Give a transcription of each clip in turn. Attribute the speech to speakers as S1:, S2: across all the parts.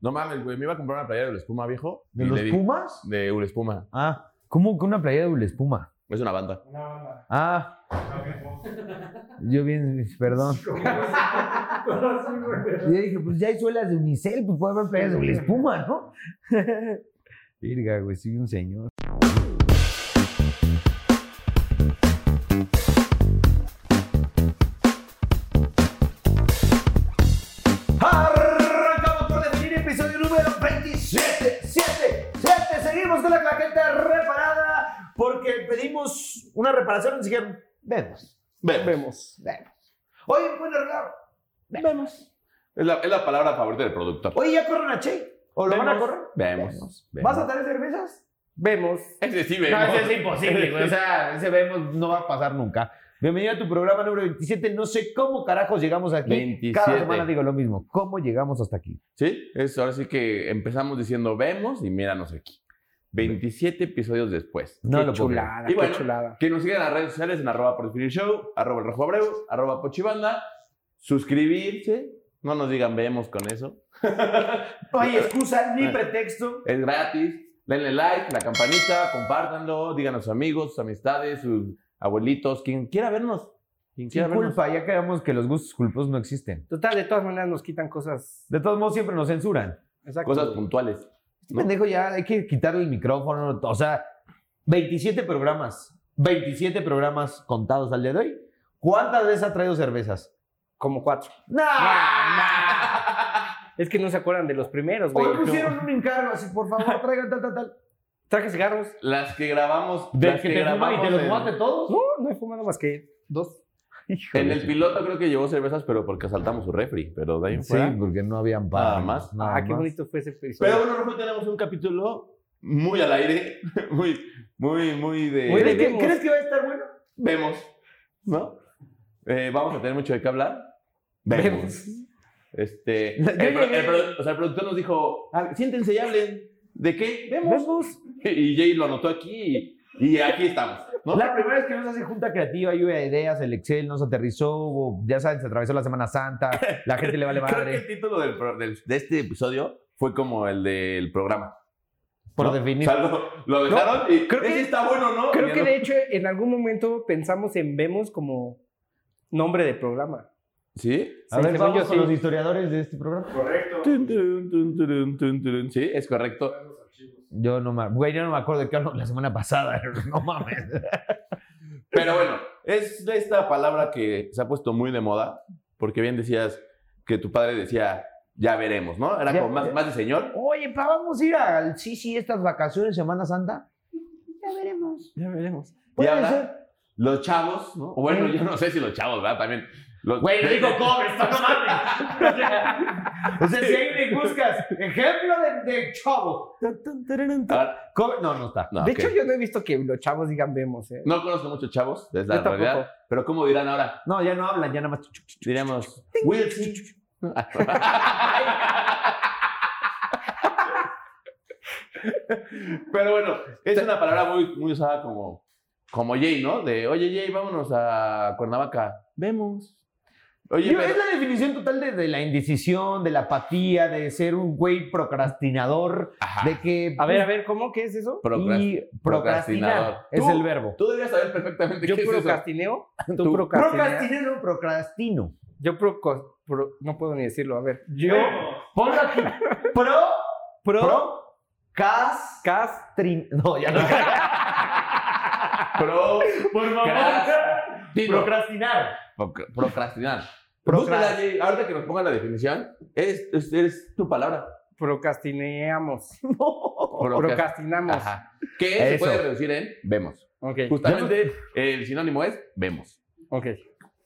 S1: No mames, güey, me iba a comprar una playera de Ulespuma, viejo.
S2: ¿De
S1: y
S2: los
S1: le di-
S2: Pumas?
S1: De Ulespuma.
S2: Ah, ¿cómo que una playa de Ulespuma?
S1: Es una banda.
S3: Una banda.
S2: Ah, yo bien, perdón. Y yo dije, pues ya hay suelas de Unicel, pues puede haber playas de Ulespuma, ¿no? Virga, güey, soy un señor. Arrancamos por definir episodio número 27. 7, 7. Seguimos con la claqueta reparada porque pedimos una reparación y nos dijeron, vemos,
S1: Vemos.
S2: vemos. Oye, ¿me pueden arreglar? Vemos.
S1: Es la, es la palabra favorita del productor.
S2: Oye, ¿ya corren a Che? ¿O lo van a correr?
S1: Vemos.
S2: ¿Vas a traer cervezas? Vemos.
S1: Ese sí
S2: No,
S1: vemos.
S2: eso es imposible, güey. O sea, ese vemos no va a pasar nunca. Bienvenido a tu programa número 27. No sé cómo carajos llegamos aquí.
S1: 27.
S2: Cada semana digo lo mismo. ¿Cómo llegamos hasta aquí?
S1: Sí, es, ahora sí que empezamos diciendo vemos y míranos aquí. 27 episodios después.
S2: No
S3: Qué
S2: lo puedo creer.
S3: chulada,
S1: Y bueno,
S3: qué chulada.
S1: Que nos sigan en las redes sociales en arroba por definir show, arroba el rojo abreu, arroba pochibanda. Suscribirse. No nos digan vemos con eso.
S2: No hay excusa ni
S1: Eh.
S2: pretexto.
S1: Es gratis. Denle like, la campanita, compártanlo, digan a sus amigos, sus amistades, sus abuelitos, quien quiera vernos. Quien quiera
S2: Sin
S1: vernos.
S2: culpa, ya creamos que los gustos culposos no existen.
S3: Total, de todas maneras nos quitan cosas.
S2: De todos modos, siempre nos censuran.
S3: Exacto.
S1: Cosas puntuales.
S2: Este pendejo ya hay que quitarle el micrófono. O sea, 27 programas. 27 programas contados al día de hoy. ¿Cuántas veces ha traído cervezas?
S3: Como cuatro.
S2: ¡No!
S3: Es que no se acuerdan de los primeros,
S1: Oh,
S3: güey.
S2: Hoy pusieron un encargo así, por favor, traigan tal, tal, tal.
S3: Traje cigarros.
S1: Las que grabamos.
S2: Del
S1: las
S2: que te fuman y te los
S1: en-
S2: fumaste todos.
S3: No, no he fumado más que dos.
S1: En el piloto creo que llevó cervezas, pero porque asaltamos su refri. Pero de ahí en
S2: Sí,
S1: fuera.
S2: porque no habían
S1: Nada
S2: para
S1: más.
S3: ah, qué bonito fue ese episodio.
S1: Pero bueno, Rojo, tenemos un capítulo muy al aire. Muy, muy, muy de.
S3: Muy
S2: ¿Crees
S3: de-
S2: que, crees que va a estar bueno?
S1: Vemos. ¿No? Eh, vamos a tener mucho de qué hablar. Este.
S2: Yo
S1: El, pro-
S2: llegué-
S1: el pro- o sea, el productor nos dijo: "Ah, siéntense y hablen. ¿De qué? Vemos.
S2: Vemos.
S1: Y Jay lo anotó aquí y, y aquí estamos. ¿no?
S2: La primera vez que nos hace junta creativa, lluvia de ideas, el Excel nos aterrizó, hubo- ya saben, se atravesó la Semana Santa, la gente le vale
S1: Creo que el
S2: madre.
S1: título del pro- del- de este episodio fue como el del programa.
S2: Por
S1: ¿no?
S2: definir.
S1: O sea, lo, lo dejaron y creo
S3: creo
S1: que
S3: que-
S1: está bueno, ¿no?
S3: Creo
S1: Y
S3: que
S1: no-
S3: de hecho en algún momento pensamos en Vemos como nombre de programa.
S1: ¿Sí?
S2: A
S3: Sí,
S2: ver,
S3: según
S2: vamos
S3: yo,
S2: con
S3: sí.
S2: los historiadores de este programa.
S4: Correcto.
S1: Tun, turun, tun, turun, tun, turun. Sí, es correcto.
S2: Yo no me, güey, yo no me acuerdo de qué hablamos la semana pasada, no mames.
S1: Pero bueno, es esta palabra que se ha puesto muy de moda, porque bien decías que tu padre decía, ya veremos, ¿no? Era
S2: Ya-
S1: como más,
S2: ya-
S1: más de señor.
S2: Oye, pa, vamos a ir al sí, sí, estas vacaciones, Semana Santa. Ya veremos.
S3: Ya veremos.
S1: Y
S2: Puede
S1: ahora,
S2: ser.
S1: los chavos, ¿no? O bueno, yo no sé si los chavos, ¿verdad? También. Los,
S2: Güey, no digo cobres, no mames. O sea, O sea, si ahí me buscas ejemplo de, de chavo.
S1: Ahora-
S2: Co- No, no está.
S1: no,
S3: de
S1: ok.
S3: hecho, yo no he visto que los chavos digan Vemos, ¿eh?
S1: No conozco muchos chavos, es
S3: Yo
S1: la
S3: tampoco.
S1: realidad. Pero ¿cómo dirán ahora?
S2: No, ya no hablan, ya nada más.
S1: Diríamos, Will. Pero bueno, es una palabra muy, muy usada como, como Jay, ¿no? De, oye, Jay, vámonos a Cuernavaca. Vemos. Oye,
S2: Digo,
S1: pero-
S2: es la definición total de, de la indecisión, de la apatía, de ser un güey procrastinador,
S1: Ajá.
S2: de que.
S3: A ver, a ver, ¿cómo? ¿Qué es eso?
S1: Procras-
S2: y procrastinar
S1: procrastinador.
S2: es
S1: Tú-
S2: el verbo.
S1: Tú deberías saber perfectamente
S3: Yo
S1: qué es eso.
S3: procrastineo. Tú,
S1: Tú-
S3: procrastineas.
S2: Procrastinar, no, procrastino.
S3: Yo proco- pro- no puedo ni decirlo, a ver. Yo
S2: Ponlo aquí. Pro,
S3: pro,
S2: pro, cas,
S3: cas,
S2: trin- No, ya no.
S1: Pro-
S2: Por
S1: Procrastinar.
S2: Procrastinar.
S1: Proc- Procrastinar.
S2: Procras-
S1: Búscala, Jay, ahorita que nos ponga la definición, es, es, es tu palabra.
S3: procrastineamos.
S1: Procras-
S3: Procrastinamos.
S1: Ajá. Que se
S2: Eso.
S1: puede reducir en vemos.
S3: Ok,
S1: Justamente el sinónimo es vemos.
S3: ok.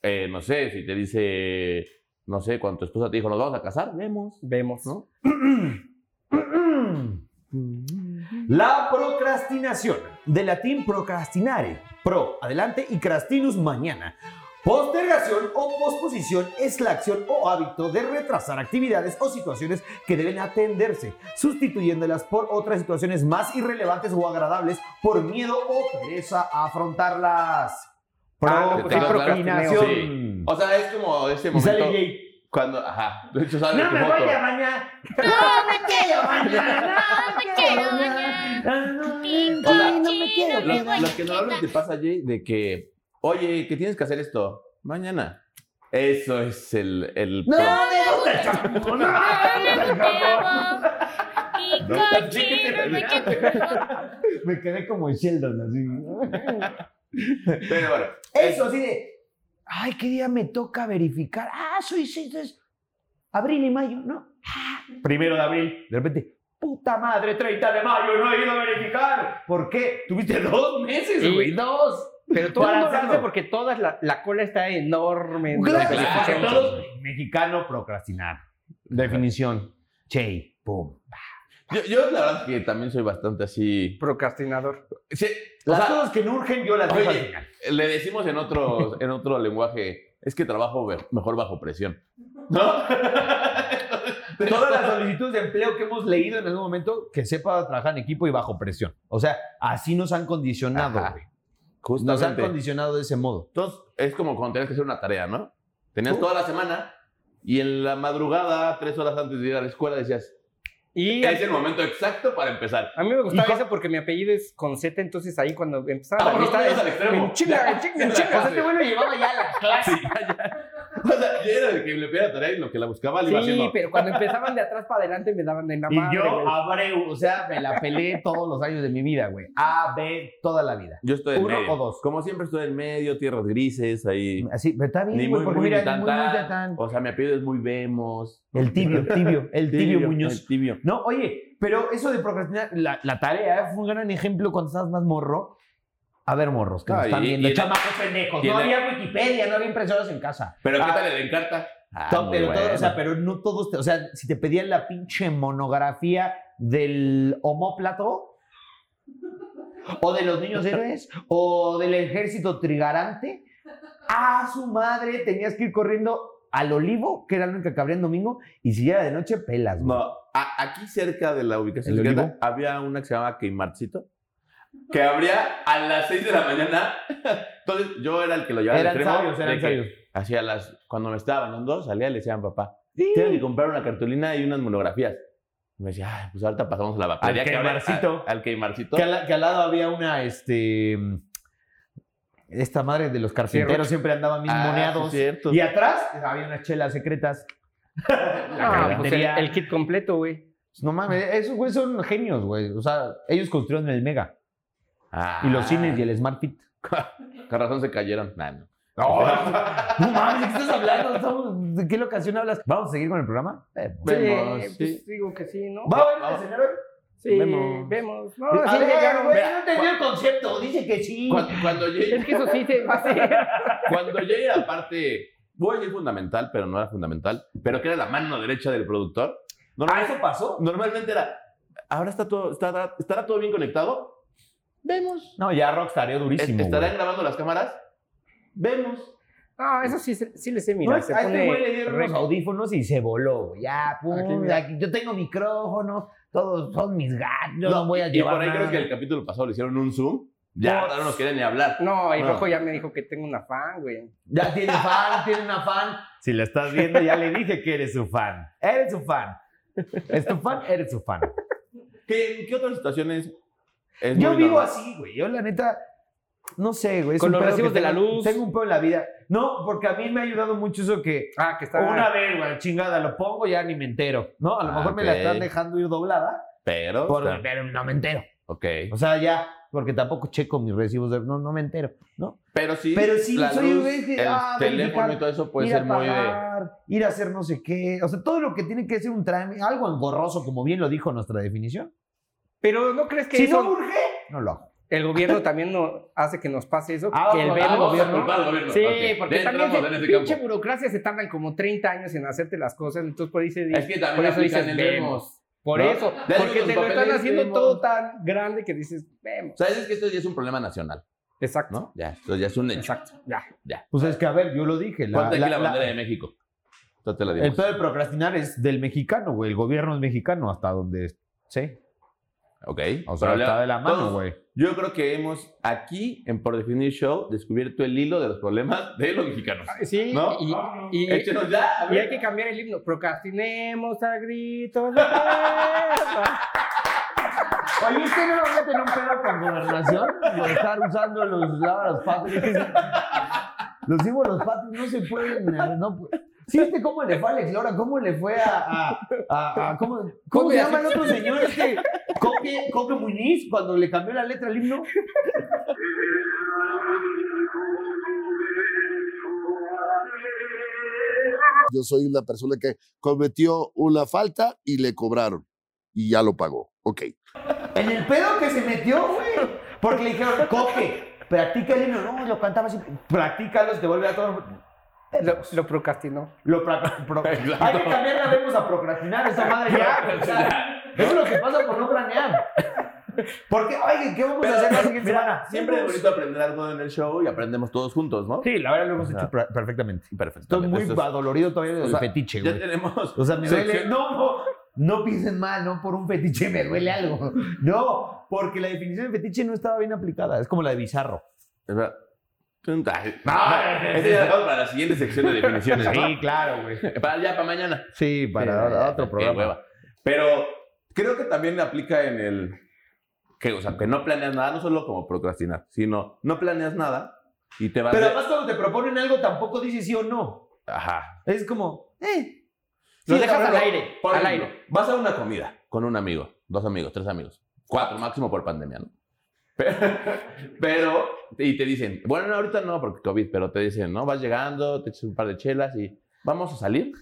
S1: Eh, no sé, si te dice, no sé, cuando tu esposa te dijo, nos vamos a casar, vemos.
S3: Vemos.
S1: ¿No?
S2: La procrastinación, de latín procrastinare, pro, adelante, y crastinus, mañana. Postergación o posposición es la acción o hábito de retrasar actividades o situaciones que deben atenderse, sustituyéndolas por otras situaciones más irrelevantes o agradables por miedo o pereza a afrontarlas.
S3: Ah,
S1: no, pues, sí,
S2: Procrastinación.
S1: sí. O sea, es como ese
S2: Y sale
S1: momento
S2: Jay.
S1: cuando, ajá, de hecho sale tu foto.
S2: mañana.
S5: No me
S2: mañana.
S4: me quiero bañar. Tin,
S1: O sea,
S2: no
S4: tin,
S2: me
S4: tin,
S2: quiero
S4: no
S1: Lo,
S4: me voy
S1: lo que normalmente te pasa, Jay, de que, oye, que tienes que hacer esto mañana. Eso es el, el
S2: No
S1: plan.
S2: me gusta el champú. No.
S1: No,
S4: Kikochi, no me quiero.
S2: Me quedé como Sheldon, así.
S1: Pero bueno,
S2: Eso, así de. Ay, ¿qué día me toca verificar? Ah, soy seis, es abril y mayo, ¿no? Ah, primero de abril. De repente, puta madre, 30 de mayo, no he ido a verificar. ¿Por qué? Tuviste dos meses,
S3: Sí.
S2: güey, dos.
S3: Pero todo el mundo lo
S2: Balanceando.
S3: hace porque toda la, la cola está enorme. en
S2: Claro,
S3: la
S2: porque
S3: clasificación.
S2: todos- Mexicano procrastinar. Definición. Che, pum.
S1: yo, yo la verdad es que también soy bastante así.
S3: Procrastinador.
S1: Sí, o
S2: Las
S1: sea,
S2: cosas que no urgen, yo las
S1: oye,
S2: dejo al final.
S1: le decimos en otro, en otro lenguaje, es que trabajo ve- mejor bajo presión. ¿No?
S2: Todas las solicitudes de empleo que hemos leído en algún momento, que sepa trabajar en equipo y bajo presión. O sea, así nos han condicionado,
S1: Ajá.
S2: güey. Nos han
S1: Justamente.
S2: condicionado de ese modo.
S1: Entonces, es como cuando tenías que hacer una tarea, ¿no? Tenías toda la semana y en la madrugada, tres horas antes de ir a la escuela, decías,
S3: Y a,
S1: es el momento exacto para empezar.
S3: a mí me
S2: ¿Y
S3: gustaba
S2: cómo-
S3: eso porque mi apellido es con Z, entonces ahí cuando empezaba
S1: Ah,
S3: la
S1: bueno,
S3: lista
S1: tú ibas
S3: es-
S1: al extremo.
S3: en chinga, en chinga, en chinga. O sea, este güey lo llevaba ya a la clase.
S1: O sea, yo era el que le pedía la tarea y lo que la buscaba le iba
S3: Sí,
S1: haciendo.
S3: pero cuando empezaban de atrás para adelante me daban en la
S2: Y
S3: madre.
S2: yo
S3: güey.
S2: Abreu, o sea, me la peleé todos los años de mi vida, güey. A, B, toda la vida.
S1: Yo estoy en
S2: Uno
S1: medio.
S2: o dos.
S1: Como siempre estoy en medio, tierras grises, ahí.
S2: Así, pero está
S1: Ni
S2: bien,
S1: muy, muy,
S2: güey, porque mira,
S1: ni tan,
S2: muy, muy,
S1: tan.
S2: tan, tan.
S1: O sea, mi apellido es muy Vemos.
S2: El tibio, tibio, el tibio, Muñoz.
S1: el tibio.
S2: No, oye, pero eso de procrastinar, la, la tarea ¿eh? fue un gran ejemplo cuando estabas más morro. A ver, morros, que
S1: Ah,
S2: nos están
S1: y-
S2: viendo.
S1: y-
S2: chamacos pendejos.
S1: y-
S2: No había Wikipedia, no había impresoras en casa.
S1: Pero ¿qué
S2: Ah.
S1: tal el encarta? Ah,
S2: To-
S1: muy
S2: pero, todo-
S1: bueno.
S2: o sea, pero no todos, te- o sea, si te pedían la pinche monografía del homóplato o de los niños héroes o del ejército trigarante, a su madre tenías que ir corriendo al olivo, que era lo única que abría en domingo, y si ya era de noche, pelas. güey.
S1: No, a- aquí cerca de la ubicación
S2: ¿El
S1: que
S2: olivo?
S1: era, había una que se llamaba Queimarcito, que abría a las 6 de la mañana. Entonces yo era el que lo llevaba al
S2: Eran
S1: extremo
S2: sabios,
S1: de
S2: eran
S1: que
S2: sabios.
S1: Hacía las, cuando me estaba bañando, salía y le decían, papá,
S2: Sí.
S1: tengo que comprar una cartulina y unas monografías. Y me decía, "Ay, pues ahorita pasamos a la vacaría.
S2: Al Queimarcito.
S1: Al Queimarcito.
S2: Que al, la- que al lado había una, este... Esta madre de los carpinteros siempre andaban bien
S1: Ah, sí,
S2: moneados.
S1: cierto.
S2: y atrás pues, había unas chelas secretas.
S3: Ah, pues el,
S2: carpintería.
S3: el kit completo, güey.
S2: Pues, No mames, esos güeyes son genios, güey. O sea, ellos construyeron el Mega
S1: Ah.
S2: y los cines y el Smart Fit.
S1: Con razón se cayeron. Nah, no.
S2: no mames, ¿de qué estás hablando? Estamos- ¿De qué locación hablas? ¿Vamos a seguir con el programa? Eh,
S3: Sí,
S1: Vemos,
S3: pues
S1: sí.
S3: digo que sí, ¿no?
S2: ¿Va a haber
S1: Vamos.
S2: el escenario?
S3: Sí,
S1: vemos.
S3: vemos. No,
S2: A
S3: sí
S2: ver,
S3: llegaron.
S2: Ah, güey,
S1: Mira,
S2: no entendí el concepto. Dice que sí.
S1: Cuando, cuando llegué-
S3: Es que eso sí se va a hacer.
S1: Cuando yo era la parte, voy a decir fundamental, pero no era fundamental, pero que era la mano derecha del productor,
S2: Ah,
S1: normal-
S2: ¿eso pasó?
S1: normalmente era, ahora está todo, estará, estará todo bien conectado, vemos.
S2: No, ya rockstareó durísimo,
S1: ¿Estarán
S2: güey.
S1: grabando las cámaras? Vemos.
S3: No, eso sí, se- sí le sé
S2: No,
S3: mirar.
S2: a
S3: se
S2: este
S3: pone
S2: güey le dieron
S3: recto.
S2: unos audífonos y se voló. güey. Ya, pum,
S3: Aquí, mira.
S2: aquí- yo tengo micrófonos, todos son mis gatos, yo no, voy a
S1: y
S2: llevar
S1: por ahí
S2: nada.
S1: creo que el capítulo pasado le hicieron un zoom, ya
S3: No.
S1: no nos quieren ni hablar.
S3: No, y
S1: No.
S3: Rojo ya me dijo que tengo una fan, güey.
S2: Ya tiene fan, tiene una fan. Si la estás viendo, ya le dije que eres su fan. Eres su fan. Es tu fan, eres su fan.
S1: ¿Qué, en qué otras situaciones es
S2: Yo
S1: muy
S2: vivo
S1: normal?
S2: así, güey. Yo, la neta, no sé, güey. es
S3: Con
S2: un
S3: los
S2: pedo
S3: recibos
S2: que
S3: de la
S2: tengo-
S3: luz.
S2: Tengo un pedo en la vida. No, porque a mí me ha ayudado mucho eso que.
S3: Ah, que está.
S2: Una vez, güey, chingada, lo pongo ya ni me entero. No, a lo
S1: Ah,
S2: mejor me la
S1: ok.
S2: están dejando ir doblada,
S1: Pero,
S2: por-
S1: está-
S2: pero no me entero.
S1: ok.
S2: O sea, ya, porque tampoco checo mis recibos, de, no, no me entero, ¿no?
S1: Pero sí,
S2: Pero sí,
S1: la
S2: soy
S1: luz,
S2: de-
S1: el
S2: ah,
S1: teléfono
S2: verificar,
S1: y todo eso puede
S2: ir
S1: ser
S2: a
S1: muy de... Ah,
S2: pagar, ir a hacer no sé qué, o sea, todo lo que tiene que ser un trámite, algo engorroso, como bien lo dijo nuestra definición.
S3: Pero ¿no crees que
S2: Si
S3: eso-
S2: no urge, no lo hago.
S3: el gobierno también no hace que nos pase eso?
S2: Ah,
S3: el
S2: ah,
S3: ver-
S1: Ah, vamos a
S2: gobierno.
S1: culpar al gobierno.
S3: Sí,
S1: Ok,
S3: porque
S1: ya
S3: también
S1: entramos
S3: se-
S1: en ese
S3: pinche
S1: campo.
S3: burocracia se tardan como 30 años en hacerte las cosas, entonces por ahí se
S1: Es
S3: dice.
S1: que
S3: por
S1: también
S3: eso
S1: aplican
S3: dices,
S1: el
S3: vemos.
S1: vemos.
S3: Por
S1: ¿no?
S3: eso,
S1: Ya
S3: porque
S1: con tus
S3: te lo están
S1: papeles,
S3: haciendo
S1: vemos.
S3: todo tan grande que dices, vemos.
S1: ¿Sabes es que esto ya es un problema nacional,
S3: Exacto.
S1: ¿no? Ya, esto ya es un hecho.
S3: Exacto. Ya.
S2: Pues es que, a ver, yo lo dije. la-
S1: Ponte
S2: la-
S1: aquí la,
S2: la-
S1: bandera de México. Entonces te la dimos.
S2: el pedo de procrastinar es del mexicano, güey. El gobierno es mexicano hasta donde... Sí,
S1: ok.
S2: o sea,
S1: Problema.
S2: está de la mano,
S1: Todos-
S2: güey.
S1: Yo creo que hemos aquí, en Por Definir Show, descubierto el hilo de los problemas de los mexicanos.
S3: Ah, Sí,
S1: ¿No?
S3: y, y-
S1: Échenos ya. a
S3: y
S1: ver.
S3: hay que cambiar el himno. Procrastinemos a gritos.
S5: ¿Y usted no va a tener un pedo con gobernación por estar usando los lábaros patrios? Los símbolos patrios no se pueden. eh, No, pu- ¿Sí viste cómo le fue a Alex Lora? ¿Cómo le fue a. a, a- a- ¿Cómo, cómo se llama el otro señor este? Coque, Coque Muñiz cuando le cambió la letra al himno.
S6: Yo soy una persona que cometió una falta y le cobraron y ya lo pagó. Ok.
S2: En el pedo que se metió, güey. Porque le dijeron, coque, practica el himno. No, lo cantaba así. Practícalo, se te vuelve a todo.
S3: Lo, lo procrastinó.
S2: Lo pra- pro-
S1: Exacto.
S2: Hay que cambiarla, vemos a procrastinar esa madre ya. güey, o sea, eso es lo que pasa por no planear. Porque, oye, ¿qué vamos a hacer la siguiente semana?
S1: Siempre es bonito aprender algo en el show y aprendemos todos juntos, ¿no?
S2: Sí, la verdad lo hemos
S1: hecho
S2: hecho perfectamente.
S1: Perfecto.
S2: Estoy muy
S1: Entonces,
S2: adolorido todavía del
S1: O sea,
S2: fetiche,
S1: Ya
S2: güey.
S1: tenemos.
S2: O sea, me duele.
S1: sección-
S2: No, no, no piensen mal, no por un fetiche me duele algo. No, porque la definición de fetiche no estaba bien aplicada. Es como la de bizarro.
S1: Es verdad. Ay,
S2: No, no, no,
S1: Este ya lo dejamos para la siguiente sección de definiciones. ¿no?
S2: claro, güey.
S1: Para ya, para mañana.
S2: Sí, para
S1: Sí, ya, ya,
S2: otro
S1: qué
S2: programa.
S1: hueva. Pero creo que también aplica en el que, o sea, que no planeas nada, no solo como procrastinar, sino no planeas nada y te vas.
S2: Pero
S1: de-
S2: además cuando te proponen algo tampoco dices sí o no.
S1: Ajá.
S2: Es como, eh.
S1: Lo
S2: sí,
S1: dejas
S2: cabrón,
S1: al
S2: no.
S1: aire,
S2: Por
S1: al
S2: ejemplo,
S1: aire. Vas a una comida con un amigo, dos amigos, tres amigos, cuatro
S2: Ah.
S1: máximo por pandemia, ¿no? Pero, pero- y te dicen, bueno, no, ahorita no porque COVID, pero te dicen, no, vas llegando, te echas un par de chelas y vamos a salir.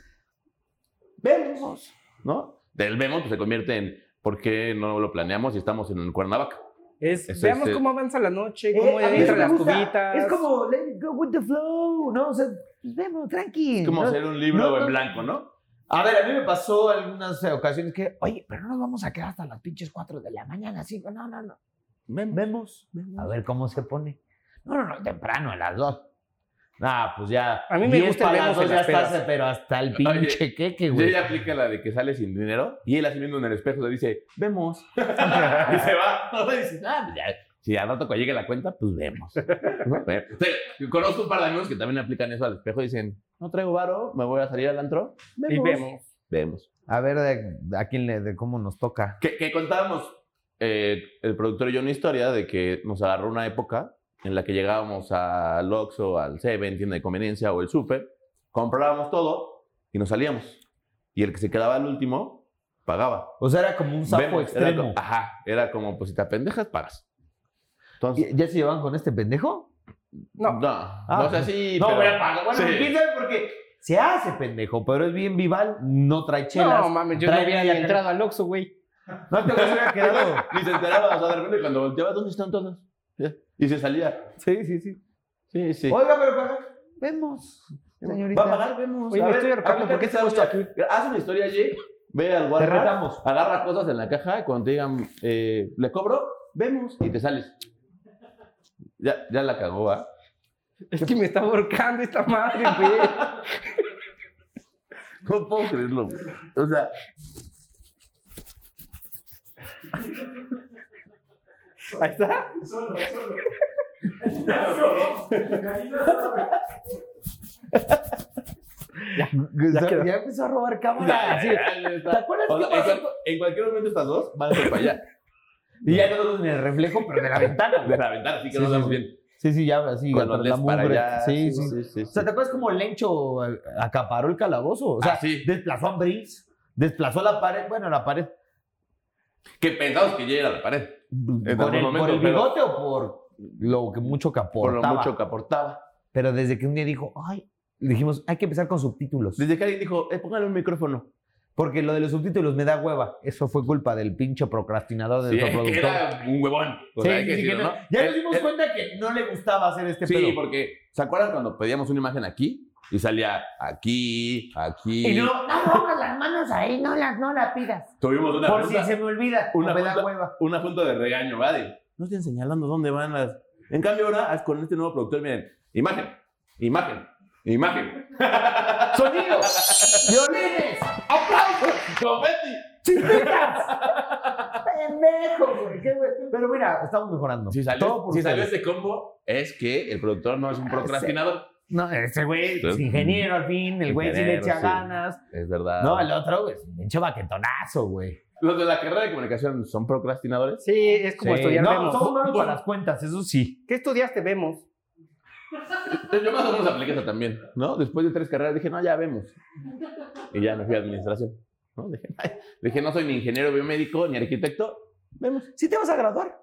S1: Vemos, ¿no? Del vemos pues, se convierte en, ¿por qué no lo planeamos y estamos en Cuernavaca?
S3: Es,
S1: Eso,
S3: veamos
S1: este-
S3: cómo avanza la noche, cómo
S2: Eh, a mí eso
S3: entran
S2: me
S3: las
S2: gusta.
S3: cubitas.
S2: Es como, let it go with the flow, ¿no? O sea, pues vemos, tranqui.
S1: Es como
S2: ¿no?
S1: hacer un libro
S2: no, no.
S1: en blanco, ¿no?
S2: A ver, a mí me pasó algunas eh, ocasiones que, oye, pero no nos vamos a quedar hasta las pinches 4 de la mañana, 5. No, no, no. Vemos. A ver cómo se pone. No, no, no, temprano, a las 2. Ah, pues ya.
S3: A mí me
S2: 10
S3: gusta
S2: para
S3: el
S2: las
S3: vemos
S2: dos
S3: en
S2: ya
S3: las pedas.
S2: estás, pero hasta el pinche queque,
S1: Y
S2: güey.
S1: ella aplica la de que sale sin dinero y él asumiendo en el espejo le dice, vemos. y se va. Y dices, ah, pues ya, Si al rato que llegue la cuenta, pues vemos. eh, ¿No? Ve- Te- Conozco un par de amigos que también aplican eso al espejo y dicen, no traigo varo, me voy a salir al antro.
S3: Y vemos.
S1: Vemos.
S2: A ver de- a quién le, de cómo nos toca.
S1: Que, que contábamos eh, el productor y yo una historia de que nos agarró una época en la que llegábamos al Oxxo, al Seven, tienda de conveniencia o el Super, comprábamos todo y nos salíamos. Y el que se quedaba al último pagaba.
S2: O sea, era como un sapo
S1: Vemos, era
S2: extremo.
S1: co- ajá, era como, pues si te pendejas, pagas. Entonces,
S2: ¿Y- ¿Ya se llevan con este pendejo?
S1: no,
S3: No,
S1: no,
S2: Ah.
S1: o sea, sí, pero-
S2: pagar.
S1: Bueno, quién
S2: porque se hace pendejo, pero es bien vival, no trae chelas.
S3: no mames, yo no
S2: trae
S3: había
S2: media
S3: entrado al Oxxo, güey.
S2: cara- No te hubiera quedado.
S1: Ni se enteraba, o sea, de repente cuando volteaba, ¿dónde están todos? Ya, Y se salía.
S3: Sí, sí, sí.
S1: Sí, sí.
S2: Oiga, pero paga. Vemos, señorita.
S1: Va a pagar, vemos.
S3: Oye,
S1: A
S3: me
S1: ver,
S3: estoy ahorcando,
S1: aplica
S3: ¿por qué
S1: esa
S3: te gusta
S1: historia. Haz una historia allí, ve al
S2: este Te
S1: guarda,
S2: retamos.
S1: agarra cosas en la caja y cuando te digan, eh, le cobro, vemos, y te sales. Ya, ya la cagó, ¿ah?
S3: Es que me está ahorcando esta madre, güey.
S1: No puedo creerlo. güey. O sea.
S3: Ahí está.
S2: Ya,
S3: quedó.
S2: ya empezó a robar cámara. sí. ¿Te acuerdas
S1: O sea,
S2: qué
S1: en,
S2: pasó?
S1: cual- en cualquier momento estas dos van a ser para allá.
S2: Y ya todos en el reflejo, pero de la ventana.
S1: De
S2: güey.
S1: la ventana, así que
S2: Sí,
S1: nos
S2: sí,
S1: vemos
S2: sí.
S1: bien.
S2: Sí, sí, ya así,
S1: Con los
S2: atrás de la
S1: leds para
S2: mugre.
S1: allá.
S2: Sí, sí, sí.
S1: sí,
S2: O sea, ¿te acuerdas cómo Lencho eh, acaparó el calabozo? O sea,
S1: Ah, sí.
S2: desplazó a Briggs, desplazó la pared, bueno, la pared
S1: Que pensamos que ya era la pared.
S2: por
S1: algún
S2: el,
S1: momento,
S2: por el
S1: pero-
S2: bigote o por lo que mucho que
S1: Por
S2: aportaba.
S1: lo mucho que aportaba.
S2: Pero desde que un día dijo, ay, le dijimos, hay que empezar con subtítulos.
S1: Desde que alguien dijo, eh, póngale un micrófono.
S2: Porque lo de los subtítulos me da hueva. Eso fue culpa del pinche procrastinador de
S1: Sí,
S2: nuestro
S1: que
S2: productor.
S1: era un huevón. O sea, hay que decirlo, ¿no?
S2: Ya
S1: Él-
S2: nos dimos
S1: él-
S2: cuenta que no le gustaba hacer este
S1: Sí,
S2: pedo.
S1: porque ¿se acuerdan cuando pedíamos una imagen aquí? Y salía aquí, aquí.
S2: Y no, no, pongas las manos ahí, no las, no las pidas.
S1: Tuvimos una
S2: Por si
S1: junta,
S2: se me olvida,
S1: una
S2: o me da
S1: junta-
S2: hueva.
S1: una junta de regaño, ¿vale? No estén señalando dónde van las. En cambio, ahora haz con este nuevo productor, miren, imagen, imagen, imagen.
S2: ¡Sonidos! ¡Violines!
S1: ¡Confeti!
S2: ¡Pendejo, güey! qué güey. Pero mira, estamos mejorando.
S1: Si
S2: Todo
S1: salió,
S2: por
S1: si salió
S2: ustedes. Ah,
S1: este combo, es que el productor no es un procrastinador.
S2: No, ese güey es ingeniero al fin, el güey sí le
S1: Ingeniero,
S2: echa
S1: sí.
S2: ganas.
S1: Es verdad.
S2: No, el otro, güey, es un pinche baquetonazo, güey.
S1: Los de la carrera de comunicación son procrastinadores.
S3: Sí, es como estudiar
S2: no,
S3: vemos.
S2: somos malos para las cuentas, eso sí.
S3: ¿Qué estudiaste? Vemos.
S1: Yo más o menos apliqué eso también, ¿no? Después de tres carreras dije, no, ya vemos. Y ya me fui a administración. ¿no? Dije, "Ay". dije, no soy ni ingeniero biomédico ni arquitecto. Vemos.
S2: Sí te vas a graduar.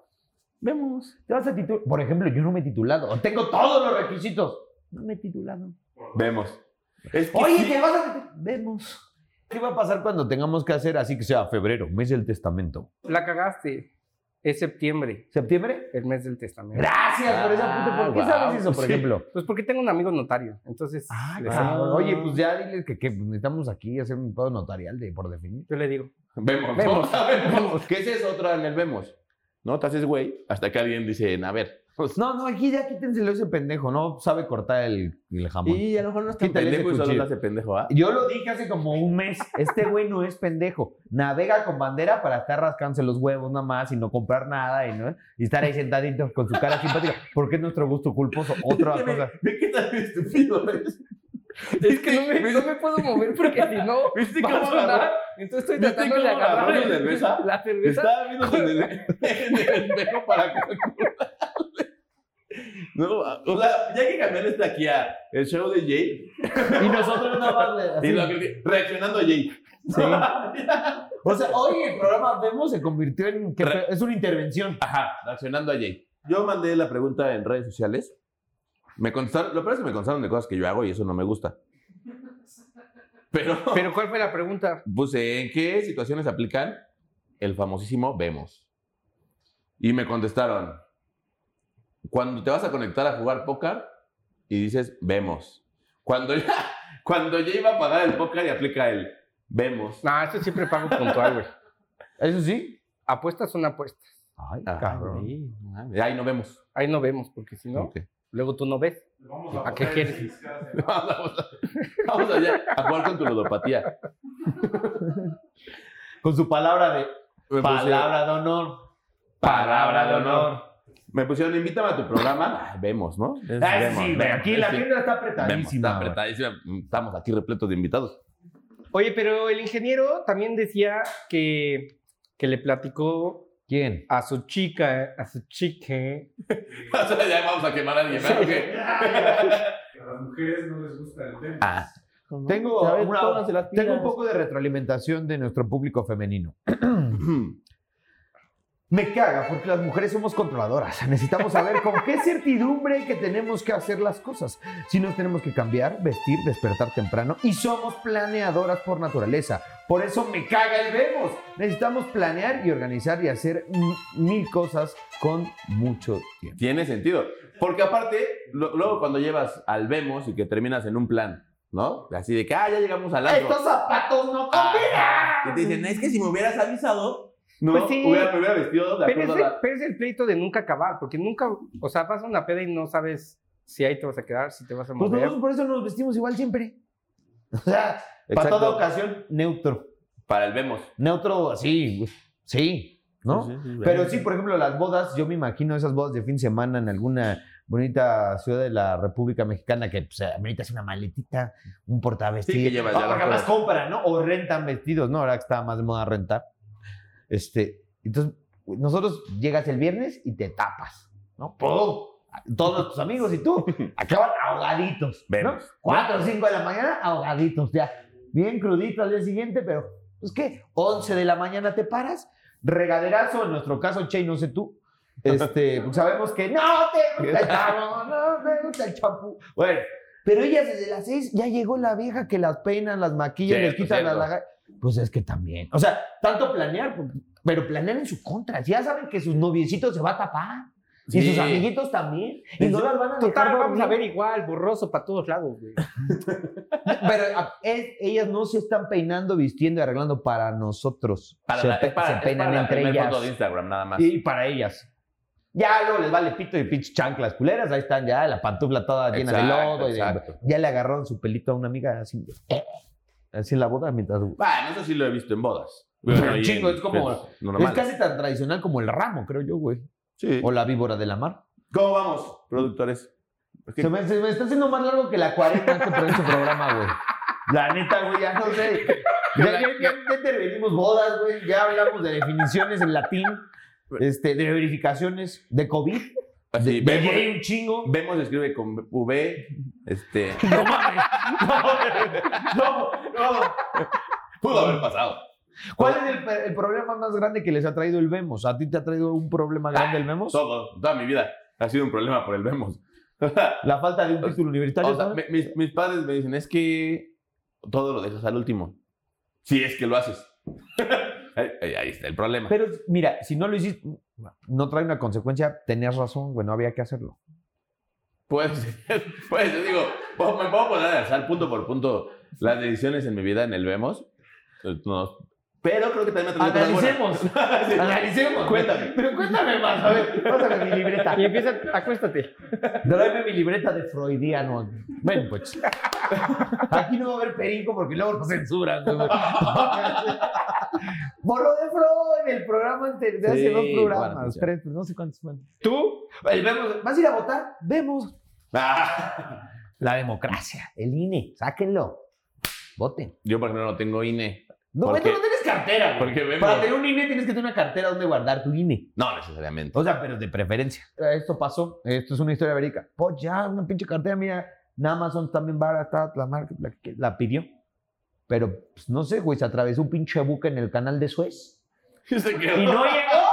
S1: Vemos.
S2: Te vas a titular. Por ejemplo, yo no me he titulado. Tengo todos los requisitos. No me he titulado.
S1: Vemos. Es que
S2: Oye,
S1: sí.
S2: te vas a titu- Vemos. ¿Qué va a pasar cuando tengamos que hacer así que sea febrero, mes del testamento?
S3: La cagaste. Es septiembre,
S2: ¿Septiembre?
S3: el mes del testamento.
S2: Gracias por esa puta. ¿Por qué
S1: Ah,
S2: sabes
S1: wow,
S2: eso, por
S1: sí.
S2: ejemplo?
S3: Pues porque tengo un amigo notario, entonces le sé.
S2: Ah, Oye, pues ya diles que, que necesitamos aquí hacer un pedo notarial de por definir.
S3: yo le digo.
S1: Vemos.
S3: Vemos.
S1: Vamos a ver, vemos. Que esa es otra en el vemos. No, te haces güey hasta que alguien dice, a ver.
S2: No, no, aquí ya quítenselo a ese pendejo, no sabe cortar el, el jamón.
S1: Y a lo mejor no es tan
S2: Quítale ese
S1: pendejo y solo
S2: cuchillo.
S1: lo hace pendejo, ¿ah?
S2: Yo lo dije hace como un mes. Este güey no es pendejo. Navega con bandera para estar rascándose los huevos nada más y no comprar nada y, no, y estar ahí sentadito con su cara simpática. Porque es nuestro gusto culposo. Otra cosa.
S1: ¿De qué tan estúpido es?
S3: Es que no me, no me puedo mover porque si no
S1: ¿Viste
S3: va a
S1: cómo
S3: sonar.
S1: agarró?
S3: Entonces estoy
S1: ¿Viste
S3: tratando
S1: cómo
S3: de agarrar
S1: agarró la cerveza?
S3: la cerveza.
S1: Estaba viendo con el, en el espejo para calcular. No, o sea, ya hay que cambiar este aquí a el show de Jay
S2: Y nosotros nada más le- así.
S1: y lo que- reaccionando a Jay.
S2: Sí. O sea, hoy el programa Vemos se convirtió en. que
S1: Re-
S2: es una intervención.
S1: Ajá, reaccionando a Jay. Yo mandé la pregunta en redes sociales. Me contestaron, lo peor es que me contestaron de cosas que yo hago y eso no me gusta. Pero
S3: Pero ¿cuál fue la pregunta?
S1: puse, pues, ¿en qué situaciones aplican el famosísimo vemos? Y me contestaron, cuando te vas a conectar a jugar póker y dices, vemos. Cuando ya, cuando ya iba a pagar el póker y aplica el, vemos.
S3: No, esto siempre pago puntual, güey.
S2: Eso sí.
S3: Apuestas son apuestas.
S2: Ay,
S1: Ah,
S2: cabrón.
S1: sí, no mames. Ay, no vemos.
S3: Ahí no vemos porque si no,
S1: Ok.
S3: luego tú no ves. ¿A qué quieres?
S1: Vamos, a- vamos allá a jugar con tu ludopatía.
S2: Con su palabra de.
S1: Me
S2: Palabra de honor.
S1: Palabra de honor. pusieron- me pusieron, invítame a tu programa. Ah, vemos, ¿no? Es
S2: Ah,
S1: vemos,
S2: sí, güey,
S1: vemos,
S2: aquí la
S1: sí.
S2: tienda está
S1: Vemos,
S2: apretadísima.
S1: está
S2: güey.
S1: apretadísima. Estamos aquí repletos de invitados.
S3: Oye, pero el ingeniero también decía que, que le platicó
S2: ¿Quién?
S3: a su chica, a su chica.
S1: O sea, ya vamos a quemar a alguien, ¿verdad? ¿O qué?
S7: A las mujeres no les gusta el tema.
S1: Ah,
S2: Tengo,
S1: ¿Sabes?
S2: una-
S1: Pónganse las
S2: tengo un
S1: pilas.
S2: poco de retroalimentación de nuestro público femenino. Me caga porque las mujeres somos controladoras. Necesitamos saber con qué certidumbre que tenemos que hacer las cosas. Si nos tenemos que cambiar, vestir, despertar temprano y somos planeadoras por naturaleza. Por eso me caga el vemos. Necesitamos planear y organizar y hacer mm, mil cosas con mucho tiempo.
S1: Tiene sentido. Porque aparte, lo- luego cuando llevas al vemos y que terminas en un plan, ¿no? Así de que, ah, ya llegamos al antro.
S2: Estos zapatos no
S1: Ah, Y te dicen, es que si me hubieras avisado, no,
S3: Pues sí.
S1: hubiera, me hubiera vestido de acuerdo
S3: Pero es,
S1: a
S3: el,
S1: la...
S3: pero es el pleito de nunca acabar, porque nunca, o sea, vas a una peda y no sabes si ahí te vas a quedar, si te vas a
S2: Pues
S3: mover.
S2: nosotros por eso nos vestimos igual siempre. O sea, para
S1: Exacto.
S2: toda ocasión, neutro.
S1: Para el vemos.
S2: Neutro así, güey. sí, ¿no?
S1: Sí, sí, sí,
S2: Pero
S1: vemos.
S2: sí, por ejemplo, las bodas, yo me imagino esas bodas de fin de semana en alguna bonita ciudad de la República Mexicana que pues, ameritas una maletita, un portavestido.
S1: Sí, que llevas ya las
S2: más
S1: cosas.
S2: compran, ¿no? O rentan vestidos, ¿no? Ahora que está más de moda rentar. Este, entonces, nosotros llegas el viernes y te tapas, ¿no? ¡Pum! Todos tus amigos y tú acaban ahogaditos. ¿no?
S1: Vemos.
S2: Cuatro o cinco de la mañana, ahogaditos ya. Bien crudito al día siguiente, pero pues qué, 11 de la mañana te paras, regaderazo, en nuestro caso, Che, no sé tú. Este, pues sabemos que no te gusta el jabón, no te gusta el champú. Bueno, pero ellas desde las seis ya llegó la vieja que las peinan, las maquillan, les
S1: Cierto,
S2: quitan las
S1: cierto.
S2: lagas. Pues es que también. O sea, tanto planear, pues, pero planear en su contra. Ya saben que sus noviecitos se va a tapar. Y
S1: Sí.
S2: sus amiguitos también. Y no las van a
S3: Total,
S2: dejar
S3: vamos a
S2: dormir.
S3: ver igual, borroso para todos lados, güey.
S2: Pero a- es- ellas no se están peinando, vistiendo y arreglando para nosotros.
S1: Para
S2: se,
S1: la,
S2: pe-
S1: es para-
S2: se
S1: es
S2: peinan
S1: para la
S2: entre
S1: primer
S2: ellas.
S1: foto de Instagram, nada más.
S2: Y para ellas. Ya luego les vale pito y pinche chanclas culeras. Ahí están ya, la pantufla toda llena de
S1: Exacto,
S2: lodo. y de-
S1: exacto.
S2: ya le agarraron su pelito a una amiga así. eh, así en la boda mientras.
S1: Bueno, eso sí lo he visto en bodas.
S2: Pero
S1: y en
S2: chingo, es como-
S1: fiestas normales.
S2: Es casi tan tradicional como el ramo, creo yo, güey.
S1: Sí.
S2: O la víbora de la mar.
S1: ¿Cómo vamos, productores? Es que-
S2: Se me, se me está haciendo más largo que la 40 este pro- este programa, güey. La neta, güey, ya no sé. Ya, ya, ya- ya intervenimos bodas, güey. Ya hablamos de definiciones en latín, este, de verificaciones, de COVID.
S1: Así,
S2: de
S1: vemos,
S2: gay un chingo.
S1: vemos, escribe con V, este...
S2: No mames. No, no, no.
S1: Pudo haber pasado.
S2: ¿Cuál es el, pe- el problema más grande que les ha traído el Vemos? ¿A ti te ha traído un problema grande el Vemos?
S1: Todo, toda mi vida ha sido un problema por el Vemos.
S2: La falta de un título universitario.
S1: O sea,
S2: ¿sabes?
S1: me- mis, mis padres me dicen, es que todo lo dejas al último. Si es que lo haces. ahí, ahí- ahí está el problema.
S2: Pero mira, si no lo hiciste, no trae una consecuencia, tenías razón, güey, no había que hacerlo.
S1: Pues, pues yo digo, po- me puedo poner a alzar punto por punto las decisiones en mi vida en el Vemos. Eh, no. Pero creo que también me ha traído cosas buenas.
S2: Analicemos,
S1: Sí.
S2: analicemos.
S1: Cuéntame.
S2: Pero cuéntame más, a ver, pásame mi libreta.
S3: Y empieza, acuéstate.
S2: Tráeme mi libreta de freudiano. Bueno, pues. Aquí no va a haber perico porque luego nos censuran. güey. Por lo de Freud, el programa anterior, de
S1: Sí,
S2: hace dos programas,
S1: bueno, pues ya.
S2: tres, pues no sé cuántos fueron.
S3: Tú,
S2: El Vemos, ¿Vas a ir a votar? Vemos.
S1: Ah,
S2: La democracia, el INE, sáquenlo. Voten.
S1: yo, por ejemplo, no tengo INE.
S2: No,
S1: ¿Por
S2: güey, tú
S1: qué?
S2: no tienes cartera. güey.
S1: Porque Vemos.
S2: Para tener un INE tienes que tener una cartera donde guardar tu INE.
S1: No necesariamente.
S2: O sea, pero de preferencia. Esto pasó, esto es una historia verídica. Pues ya, una pinche cartera mía, en Amazon también barata, la marca la, que la pidió. Pero, pues, no sé, güey, se atravesó un pinche buque en el canal de Suez.
S1: Se quedó.
S2: Y no llegó.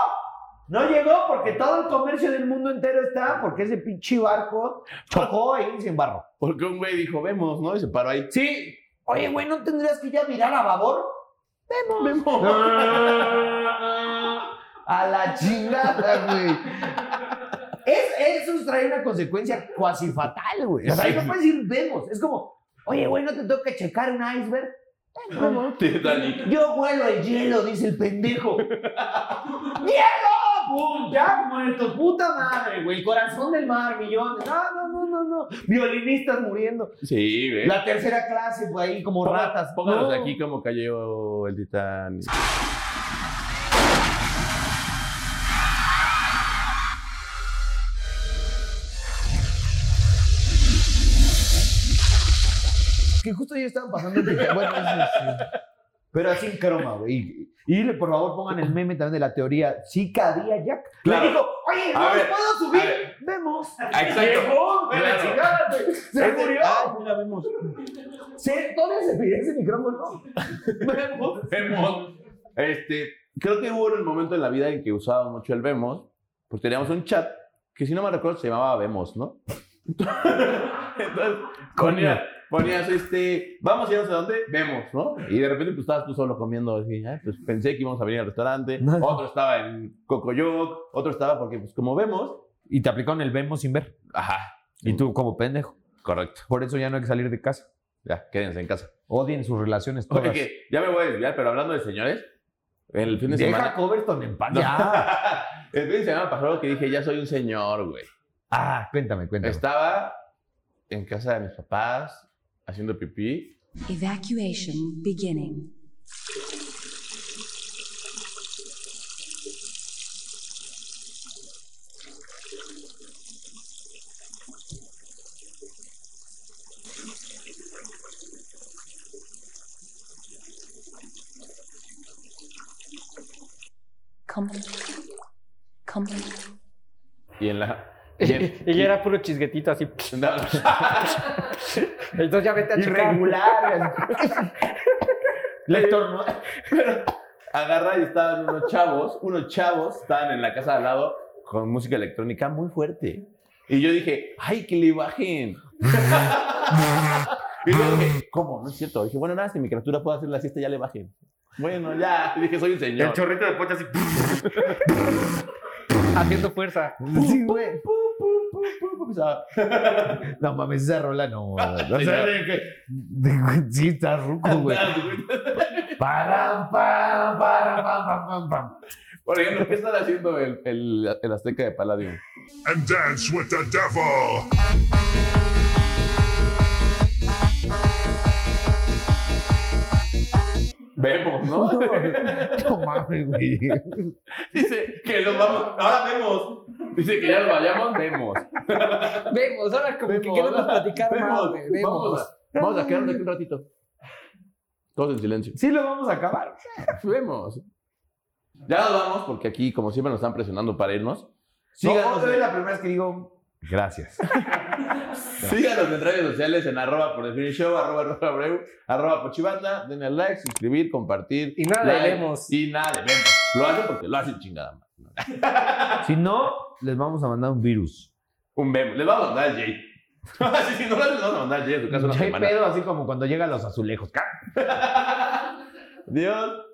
S2: No llegó porque todo el comercio del mundo entero está, porque ese pinche barco chocó ahí sin barro.
S1: Porque un güey dijo, vemos, ¿no? Y se paró ahí.
S2: Sí. Oye, güey, ¿no tendrías que ya mirar a babor? Vemos. A la chingada, güey. Es, eso trae una consecuencia cuasi fatal, güey. O sea, ahí no puedes decir vemos. Es como, oye, güey, ¿no te toca checar un iceberg?
S1: Titanic.
S2: Yo vuelo el hielo, dice el pendejo. ¡Hielo! ¡Pum! Ya muerto, puta madre, güey. El corazón del mar, millones. No, no, no, no, no. Violinistas muriendo.
S1: Sí, güey.
S2: La tercera clase, güey, ahí como
S1: Ponga-
S2: ratas.
S1: Pónganos
S2: No.
S1: aquí como cayó el Titanic.
S2: Que justo ya estaban pasando. el Titanic. Bueno, eso sí. Pero así en croma, güey. Y y le, por favor, pongan el meme también de la teoría. Sí cabía Jack.
S1: Claro.
S2: Le dijo, oye,
S1: A
S2: no
S1: ver,
S2: puedo
S1: a
S2: subir.
S1: ver.
S2: Vemos.
S1: Exacto.
S2: Llegó, güey, la
S1: Claro.
S2: chingada, güey. Se
S1: Ese-
S2: murió.
S1: Ah,
S2: la vemos. ¿Todavía se pide ese micrófono? Vemos.
S1: Vemos. Este, creo que hubo un momento en la vida en que usaba mucho el Vemos, pues teníamos un chat que si no me recuerdo se llamaba Vemos, ¿no? Entonces, ponías, ponías este, vamos y no sé dónde, Vemos, ¿no? Y de repente pues estabas tú solo comiendo, así, "Ay, pues pensé que íbamos a venir al restaurante,
S2: No.
S1: otro estaba en Cocoyoc, otro estaba porque pues como vemos,
S2: Y te aplicaron el vemos sin ver.
S1: ajá,
S2: Y tú como pendejo.
S1: correcto,
S2: Por eso ya no hay que salir de casa.
S1: ya, quédense en casa.
S2: Odien sus relaciones todas.
S1: Oye, que ya me voy a desviar, pero hablando de señores, el fin de
S2: Deja
S1: semana...
S2: a Coverton en paz.
S1: No.
S2: Ya.
S1: El fin de semana pasó algo que dije, ya soy un señor, güey.
S2: Ah, cuéntame, cuéntame.
S1: Estaba en casa de mis papás haciendo pipí.
S8: Evacuation beginning. Complete. Complete.
S1: Y en la.
S3: y,
S1: y en-
S3: y ya era puro chisguetito así.
S1: No, no.
S3: Entonces ya vete a checar.
S2: Irregular. Lector, ¿no?
S1: agarra y estaban unos chavos, unos chavos estaban en la casa de al lado con música electrónica muy fuerte. Y yo dije, ay, que le bajen. y yo dije, ¿cómo? No es cierto. dije, bueno, nada, si mi criatura puede hacer la siesta, ya le bajen. Bueno, ya. Y dije, soy un señor.
S3: chorrito de pocha así. Haciendo fuerza.
S2: Sí, güey.
S1: O sea,
S2: No mames, esa rola no. güey. O
S1: Sí,
S2: sea,
S1: no.
S2: de que- sí, está ruco, güey. Param, pam, param, pam, pam, pam, pam.
S1: Por ejemplo, ¿qué están haciendo el, el, el Azteca de Palladium?
S9: and dance with the devil.
S1: Vemos, ¿no?
S2: No mames, güey.
S1: Dice que nos vamos, ahora vemos. Dice que ya nos vayamos, vemos.
S3: Vemos, ahora como
S1: Vemos.
S3: que queremos platicar más,
S1: Vemos.
S3: güey. Vemos.
S1: Vamos a, vamos a quedarnos aquí un ratito. Todos en silencio.
S2: Sí lo vamos a acabar.
S1: Vemos. Ya nos vamos porque aquí, como siempre, nos están presionando para irnos.
S2: no,
S1: Síganos,
S2: otra vez la primera vez que digo gracias.
S1: síganos en redes sociales en arroba por definir show, arroba arroba Abreu, arroba pochibanda. Denle like, suscribir, compartir.
S3: Y nada,
S1: like,
S3: leemos.
S1: Y nada, le vemos. Lo hacen porque lo hacen chingada. madre.
S5: Si no, les vamos a mandar un virus.
S1: Un memo. Les vamos a mandar a Jay. si, si no lo hacen, les vamos a mandar a Jay en su casa una
S5: Hay
S1: semana.
S5: pedo así como cuando llegan los azulejos.
S1: Adiós.